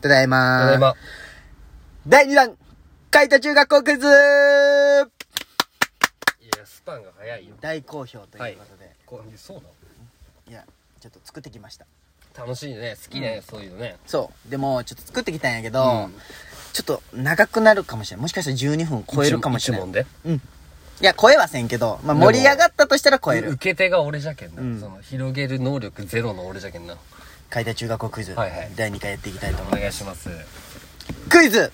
ただいまーただいま。第2弾海田中学校クイズいや、スパンが早いよ。大好評ということで、い、こうそうや、ちょっと作ってきました。だ。楽しいね。好きね、そういうのね。そう。でも、ちょっと作ってきたんやけど、うんちょっと長くなるかもしれない。もしかしたら12分超えるかもしれ一な問い。で。うん。いや、超えはせんけど、まあ、でも盛り上がったとしたら超え受る。け手が俺じゃけんな、うんその広げる能力ゼロの俺じゃけんな海田中学校クイズ、はいはい第2回やっていきたいと思いおます。願いしますクイズ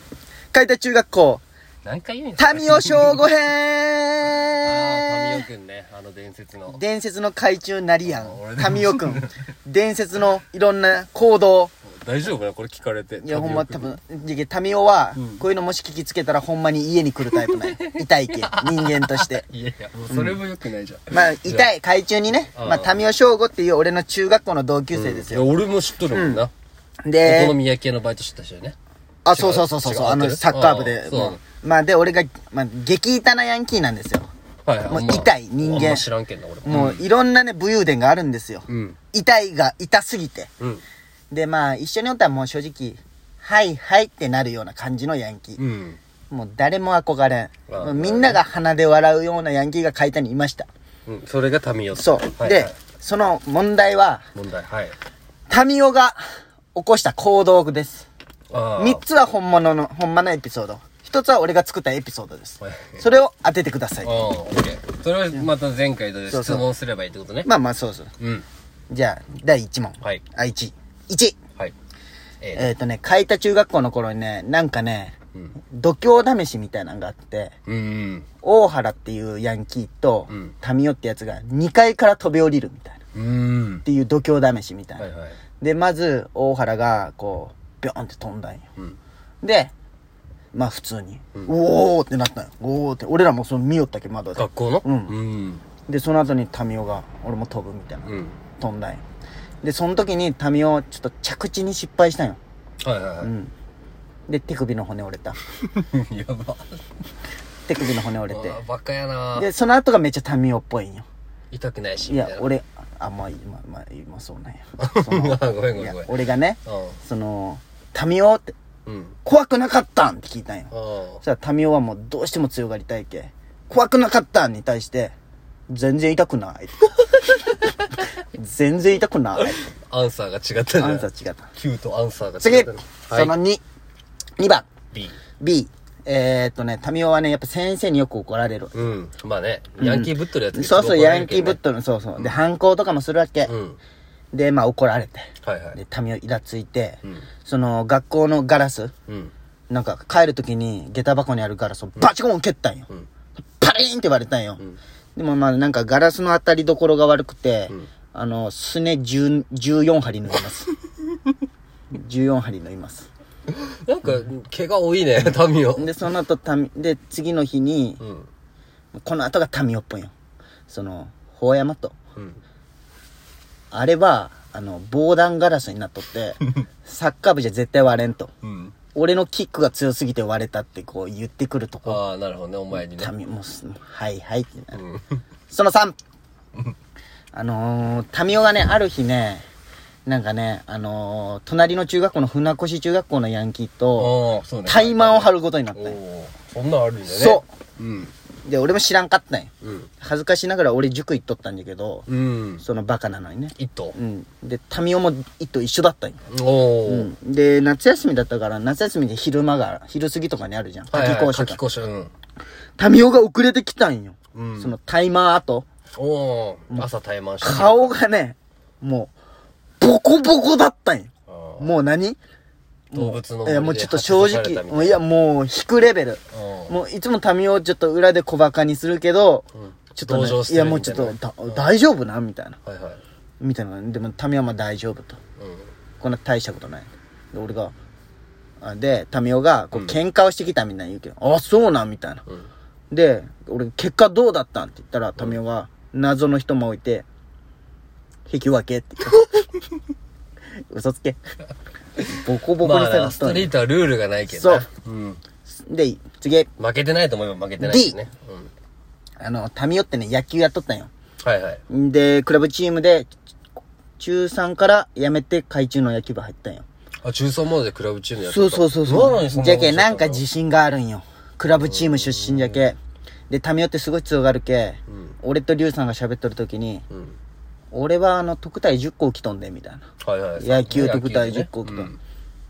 海田中学校、何回言うん民生あ小 五あ民編生くんねあの伝説の伝説の海中なりやあん俺。だ民生くん。伝説のいろんな行動。大丈夫かなこれ聞かれていや、ほんま多民生分、じゃ民生はうん、こういうのもし聞きつけたらほんまに家に来るタイプ なんや。痛いけ、人間として。君いやいやもうそれもよくないじゃん、まあ、痛い、海中にね。うんまあ、民生翔吾っていう俺の中学校の同級生ですいよ。や俺も知っとるもんな、おで好、み焼き屋のバイトしてた人よねあ、そうそうそうそうそう、違うあの、サッカー部であ。そうもうまあ、で、俺が、まあ、激痛なヤンキーなんですよ。はいはいもうあんま痛い人間あんま知らんけんな俺もう、いろんなね、武勇伝があるんですよ。うん痛いが痛すぎて。うんで、まあ、一緒におったらもう正直、はいはいってなるような感じのヤンキー。うんもう誰も憧れん。わあもうみんなが鼻で笑うようなヤンキーが海田にいました。うんそれが民生そう。で、その問題は、問題はい民生が起こした行動です。あー3つは本物の、本物のエピソード。1つは俺が作ったエピソードですはい。それを当ててくださいあ。あオッケーそれはまた前回とそう質そう問すればいいってことねまあまあ、そうそう。うんじゃあ、第1問。はいあ、1。1。はいええっ、とね、海田中学校の頃にね、なんかね、うん度胸試しみたいなのがあって、うん大原っていうヤンキーと、うん民生ってやつが2階から飛び降りるみたいな。っうんていう度胸試しみたいな。はいはいで、まず、大原が、こう、ビョンって飛んだんよ。うんで、まあ普通に、おーってなったんよ。おーって。俺らもその見よったけど、窓で学。校のうんうんで、その後に民生が、俺も飛ぶみたいな。うん飛んだんよ。で、その時に民生、ちょっと着地に失敗したんよ。はいはいうはん。で、手首の骨折れ た。い やば手首の骨折れうてわ。バカやなで、その後がめっちゃ民生っぽいんよ。痛くないしいみやたい、な俺、あ、まあ、まあ、まあ、まあ、そうなんや。 そあごめんごいめやんごめん俺がね、あその、民生って、あうん怖くなかったんって聞いたんよ。ああそしたら民生はもうどうしても強がりたいけ。怖くなかったんに対して、全然痛くない。全然痛くない。アンサーが違ったじゃんアンサー違った。 Q とアンサーが次、違ったねそのはい2、2番、 B B。えー、っとね、民生はね、やっぱ先生によく怒られる。うんまあねヤンキーぶっとるやつがそうそう、一番怒られヤるンけキーどぶっねとる、そうそう。で、反抗とかもするわけ。うんで、まあ怒られて。はいはいで、民生イラついて、んその、学校のガラス、うんなんか帰る時に下駄箱にあるガラスをバチコーン蹴ったんよ。んパリーンって言われたんよ。でもまあなんかガラスの当たりどころが悪くて、あの、すね10 14針縫い ます。14針縫います。なんか毛が多いね民をで、その後、たみ、で、次の日に、うんこの後が民生っぽいよ。その、法山と。うんあれは、あの、防弾ガラスになっと って、サッカー部じゃ絶対割れんと。うん俺のキックが強すぎて割れたってこう言ってくるとこああなるほどねお前にね民もうすはいはいってなる、うんその3あのー、民生がねある日ねなんかねあのー、隣の中学校の船越中学校のヤンキーとああそうねタイマンを張ることになったんおよおそんなんあるんだねそううんで俺も知らんかったんようん恥ずかしながら俺塾行っとったんだけど、うんそのバカなのにね一頭うんで民生も一と一緒だったんよおおうん、で夏休みだったから夏休みで昼間が昼過ぎとかにあるじゃん夏期講習とかきかこしうん民生が遅れてきたんよ、うんそのタイマー後おお朝タイマンして顔がね、もう、ボコボコだったんよ。あーもう何動物のいや、もうちょっと正直、もういや、ももう引くレベル。うもういつも民をちょっと裏で小馬鹿にするけど、んちょっと、ね同情、しているや、もうちょっと、だ大丈夫なみたいな。はいはいみたいな。でも民はまあ大丈夫と。うこんな大したことない。で、俺が、あで、民生が、こう、喧嘩をしてきたみたいな言うけど、あ、そうなんみたいな。んうんで、俺、結果どうだったんって言ったら、民生が、謎の人も置いて、引き分けって言った。嘘つけ。ボコボコにまされあたなストリートはルールがないけどなうんで、次、負けてないと思えば負けてないしねうんあの、民生ってね、野球やっとったんよ。はいはいんで、クラブチームで、中3から辞めて、海中の野球部入ったんよ。あ、中3まででクラブチームやってそうたそうそうそう。なのにそじゃけ、話だったなんか自信があるんよ。クラブチーム出身じゃけ。で、タミオってすごい強がるけ。俺とリュウさんが喋っとる時に、うん。俺はあの、特待10個起きとんで、みたいな。はいはい。野球特待野球で10ね個起きとん。うん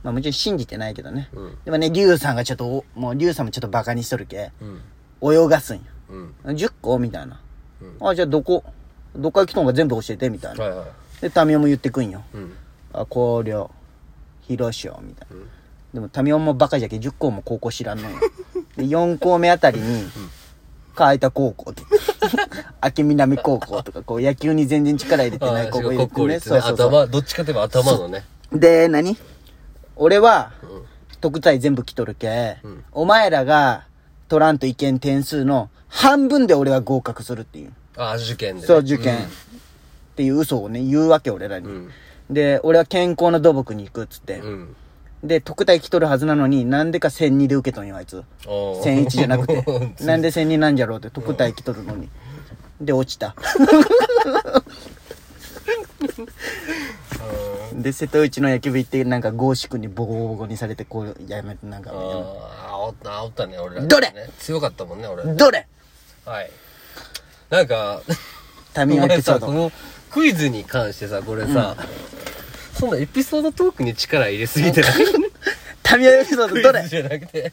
まあもちろん信じてないけどね。うんでもね、リュウさんがちょっとお、もうリュウさんもちょっとバカにしとるけ。うん。泳がすんよ。うん。 10個みたいな。うあ、じゃあどこどっから来とんか全部教えて、みたいな。はいはい。で、タミオも言ってくんよ。うん。あ、広陵、広島みたいな。うんでも、タミオンもバカじゃけ、10校も高校知ら んのよ。で、4校目あたりに、川板高校とか、 秋南高校とか、こう、野球に全然力入れてない高校入れて国公ね。立そうね。そうそ頭、どっちかといえば頭のね。う。で、何俺は、特待全部来とるけ、うんお前らが取らんといけん点数の半分で俺は合格するっていう。あ、受験でね。そう、受験。っていう嘘をね、言うわけ、俺らに。んで、俺は健康な土木に行くっつって。うん。うん。で、特待来とるはずなのに、なんでか1002で受けとんよ、あいつ。おー1001じゃな くて。なんで1002なんじゃろうって、特待来とるのに。で、落ちた。で、瀬戸内の野球部行って、なんか、合宿にボコボコにされて、こう、やめて、なんか、あー煽った、煽ったね、俺らね。どれ強かったもんね、俺。どれはい。なんか、タミヤエピソード お前さこのクイズに関してさ、これさ、そんなエピソードトークに力入れすぎてない旅エピソード、どクイズれ じゃなくて。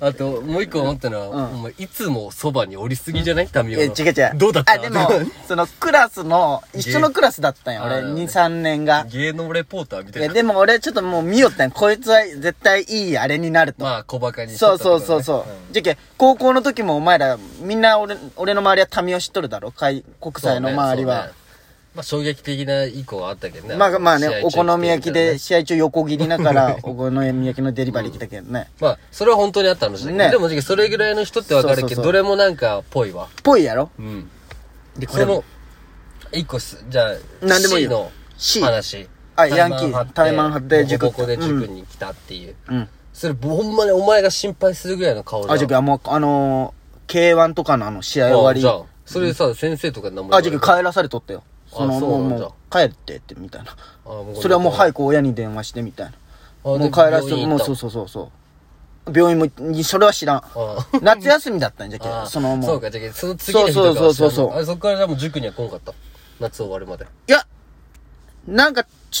あと、もう一個思ったのは、お前いつもそばにおりすぎじゃないい民生のや、違う違う。どうだったあ、でも、その、クラスの、一緒のクラスだったんよ、俺、あー2、3年が。芸能レポーターみいたいや、な。でも俺、ちょっともう見よったんよこいつは絶対いいあれになると。まあ、小馬鹿にしそとうったそうとそかうねそう。じゃけ、高校の時もお前ら、みんな俺、俺の周りは民を知っとるだろ海国際の周りそうはね。まあ、衝撃的な一個はあったけどね。まあまあ試合ね、中お好み焼きみたいなでね。試合中横切りながら、お好み焼きのデリバリー来たけどね。まあ、それは本当にあった話だけど、ねでも、じゃあそれぐらいの人ってわかそるうそけうそど、うどれもなんか、ぽいわ。ぽいやろうん。で、こそれもの、一個す、じゃあ、なんでもいい C のよ C 話。あヤンキータイマン張って塾ここで塾に来たっていう。うん。それ、ほんまにお前が心配するぐらいの顔じゃんあ、じゃけ、あ、もう、あのー、K1 とかのあの、試合あ終じゃわあ、それさ、先生とか何もり。あ、じゃ言け、わ帰らされとったよ。その、あそうもう、なもんだう、帰ってって、みたいな。れないあそれはもう、い。早く親に電話して、みたいな。あもでう帰らせ病て、院も行っう、たそうそうそうそう。病院も、それは知らん。あ夏休みだったんじゃけああ、 そのもうそうか、じゃあ、その次の日とかは知らんそうそうそうそうあそっからじゃあもう塾には来んかった。夏終わるまで。いやなんかち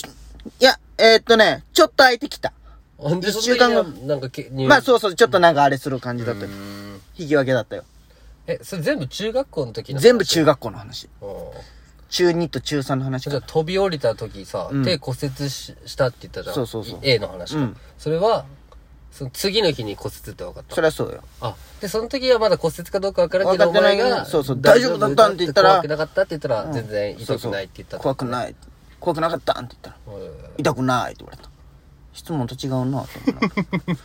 いやえーっとねちょっと空いてきたほんで、一その週時間に後はなんかけ、入まあそうそうちょっとなんかあれする感じだったようん引き分けだったよえ、それ全部中学校の時なの全部中学校の話うん中2と中3の話じゃあか飛び降りた時さ、ん手骨折ししたって言ったじゃん。そうそうそう A の話か、うんそれは、その次の日に骨折って分かった。そりゃそうよあ、で、その時はまだ骨折かどうか分からんけど、分かってないお前がそうそう大丈夫だったんって言ったら怖くなかったって言ったら、全然痛くないって言ったそうそう怖くない怖くなかったんって言ったらうん痛くないって言われた質問と違うなって思 うな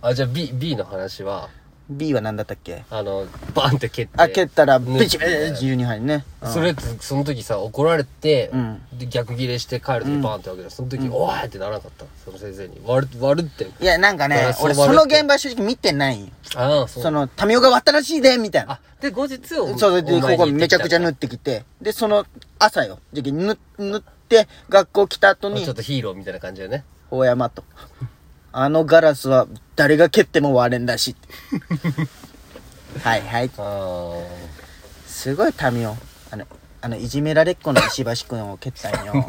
あ、じゃあ B、B の話は、 B は何だったっけあの、バーンって蹴って。あ蹴ったらねビチビチ12針ねうんそれって、その時さ、怒られて、うんで逆ギレして帰る時バーンってわけだ。その時、おいってならなかった。その先生に。割る、割るって。いやなんかだかねらそう俺割それのて現場正直見てないよああ、そう。その「民生が割ったらしいで」みたいなあ、で、後日、そうそうでここめちゃくちゃ塗っってきてでその朝よじゃけ塗塗って学校来た後にちょっとヒーローみたいな感じだよね。大山と「あのガラスは誰が蹴っても割れんらしい」 はいはいああ。 すごい民をあのあのいじめられっ子の石橋君を蹴ったんよ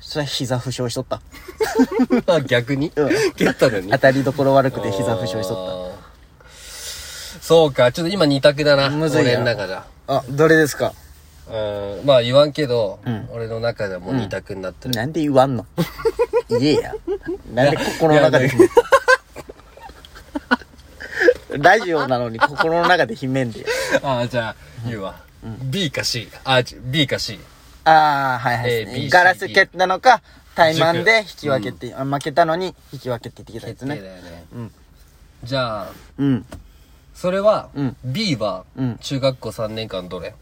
それ膝負傷しとったあ、逆にうん 蹴ったのに当。たりどころ悪くて膝負傷しとっとった。そうか、ちょっと今二択だな。むずいよ俺の中じゃ。たあどれですかうん、まあ言わんけど、俺の中ではもう二択になってる。なんで言わんの言えや。なんで心の中でいや決めんのラジオなのに心の中で秘めんでよ。 ああ、じゃあ、言うわ。B か C。あ、ち B か C。ああ、はいは A B い。 C ガラス蹴ったのか、タイマンで引き分けて、あ負けたのに引き分けてってきたや決つ定だよね。ね。うん。じゃあ、うん。それはうん、 B はうん、中学校三年間どれ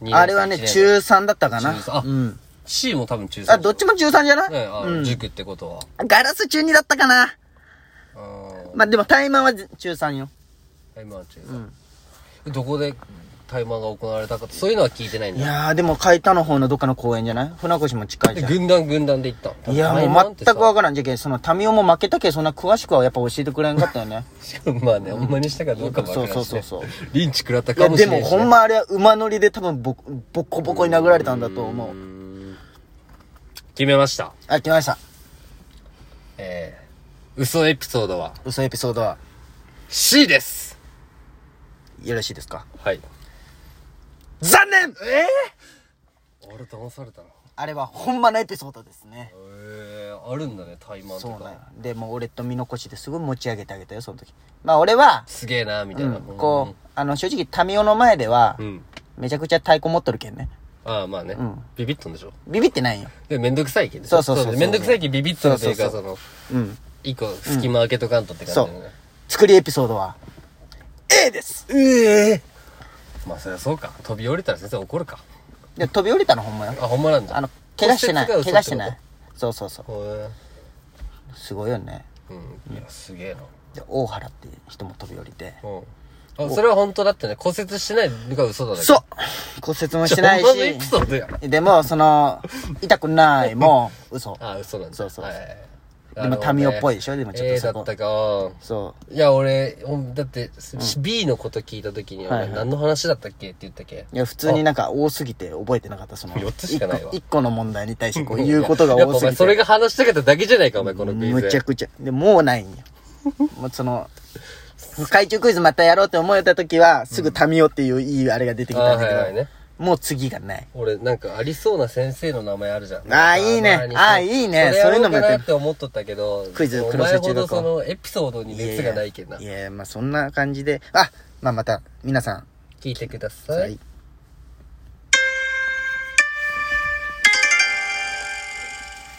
二年生あれはね、一年生中3だったかな中。三あうん。 C も多分中3。あ、どっちも中3じゃないね、あうの、ん塾ってことは。ガラス中2だったかな。あまあ、でもタイマンは中3よ。あ、今は中3。どこで対マンが行われたかとそういうのは聞いてないんいだやー、でも、海田の方のどっかの公園じゃない船越も近いでじゃん。軍団軍団で行ったのいや、対もマンうってさ全くわからんじゃけん、その、民生も負けたけ、そんな詳しくはやっぱ教えてくれんかったよね。しかも まあね、ほんまにしたかどうかもわかそらうんしそねうそうそう。リンチ食らったいやかもしでれないもしねほんまあれは馬乗りで多分ボコボッコボコに殴られたんだと思う決めましたあ来ましたえー、嘘エピソードは嘘エピソードは C ですよろしいですかはい残念ええあれ騙されたなあれはほんまのエピソードですねえー、あるんだねタイマンとそうかなんよでもう俺と見残しですごい持ち上げてあげたよその時まあ俺は、すげえなみたういな、ん、こうあの正直民生の前ではうんめちゃくちゃ太鼓持っとるけんねああまあね、んビビっとんでしょビビってないんよでめんどくさいけどねそうそうそうそうめんどくさいけどビビっとるっていうかそそうのうん一個隙間開けとかんとってそ感うじだよね、作りエピソードは A ですええまあそりゃそうか飛び降りたら先生怒るかで飛び降りたのほんまよあほんまなんだあの怪我してない骨怪折我が嘘っしててことないそうそうそうへすごいよねえうんいやすげえなで大原って人も飛び降りてうんあそれは本当だってね骨折してないのが嘘だだけそう骨折もしてないほんまのエピソしードやんでもその痛くないも嘘あ嘘なんだそうそうはいでも民生っぽいでしょでもちょっと A だそっこたかそいや俺ほんだって、B のこと聞いた時に、はいはい俺何の話だったっけって言ったっけういや普通になんか多すぎて覚えてなかったその四つしかないわ一個一個の問題に対してこう言うことがやっぱ多おすぎ前てそれが話したかっただけじゃないかお前このクイズむちゃくちゃでもうないんよ もうその海中クイズまたやろうって思えた時はすぐ民生っていういいあれが出てきたんあーはいだはけいどねもう次がない俺なんかありそうな先生の名前あるじゃんあーいいねたまあーいいねそれやろうそういうのもやってかるなって思っとったけどクイズお黒前瀬ほ中ど学校そのエピソードに熱がないけんないやいやまあそんな感じであまあまた皆さん聞いてください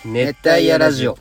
熱帯夜ラジオ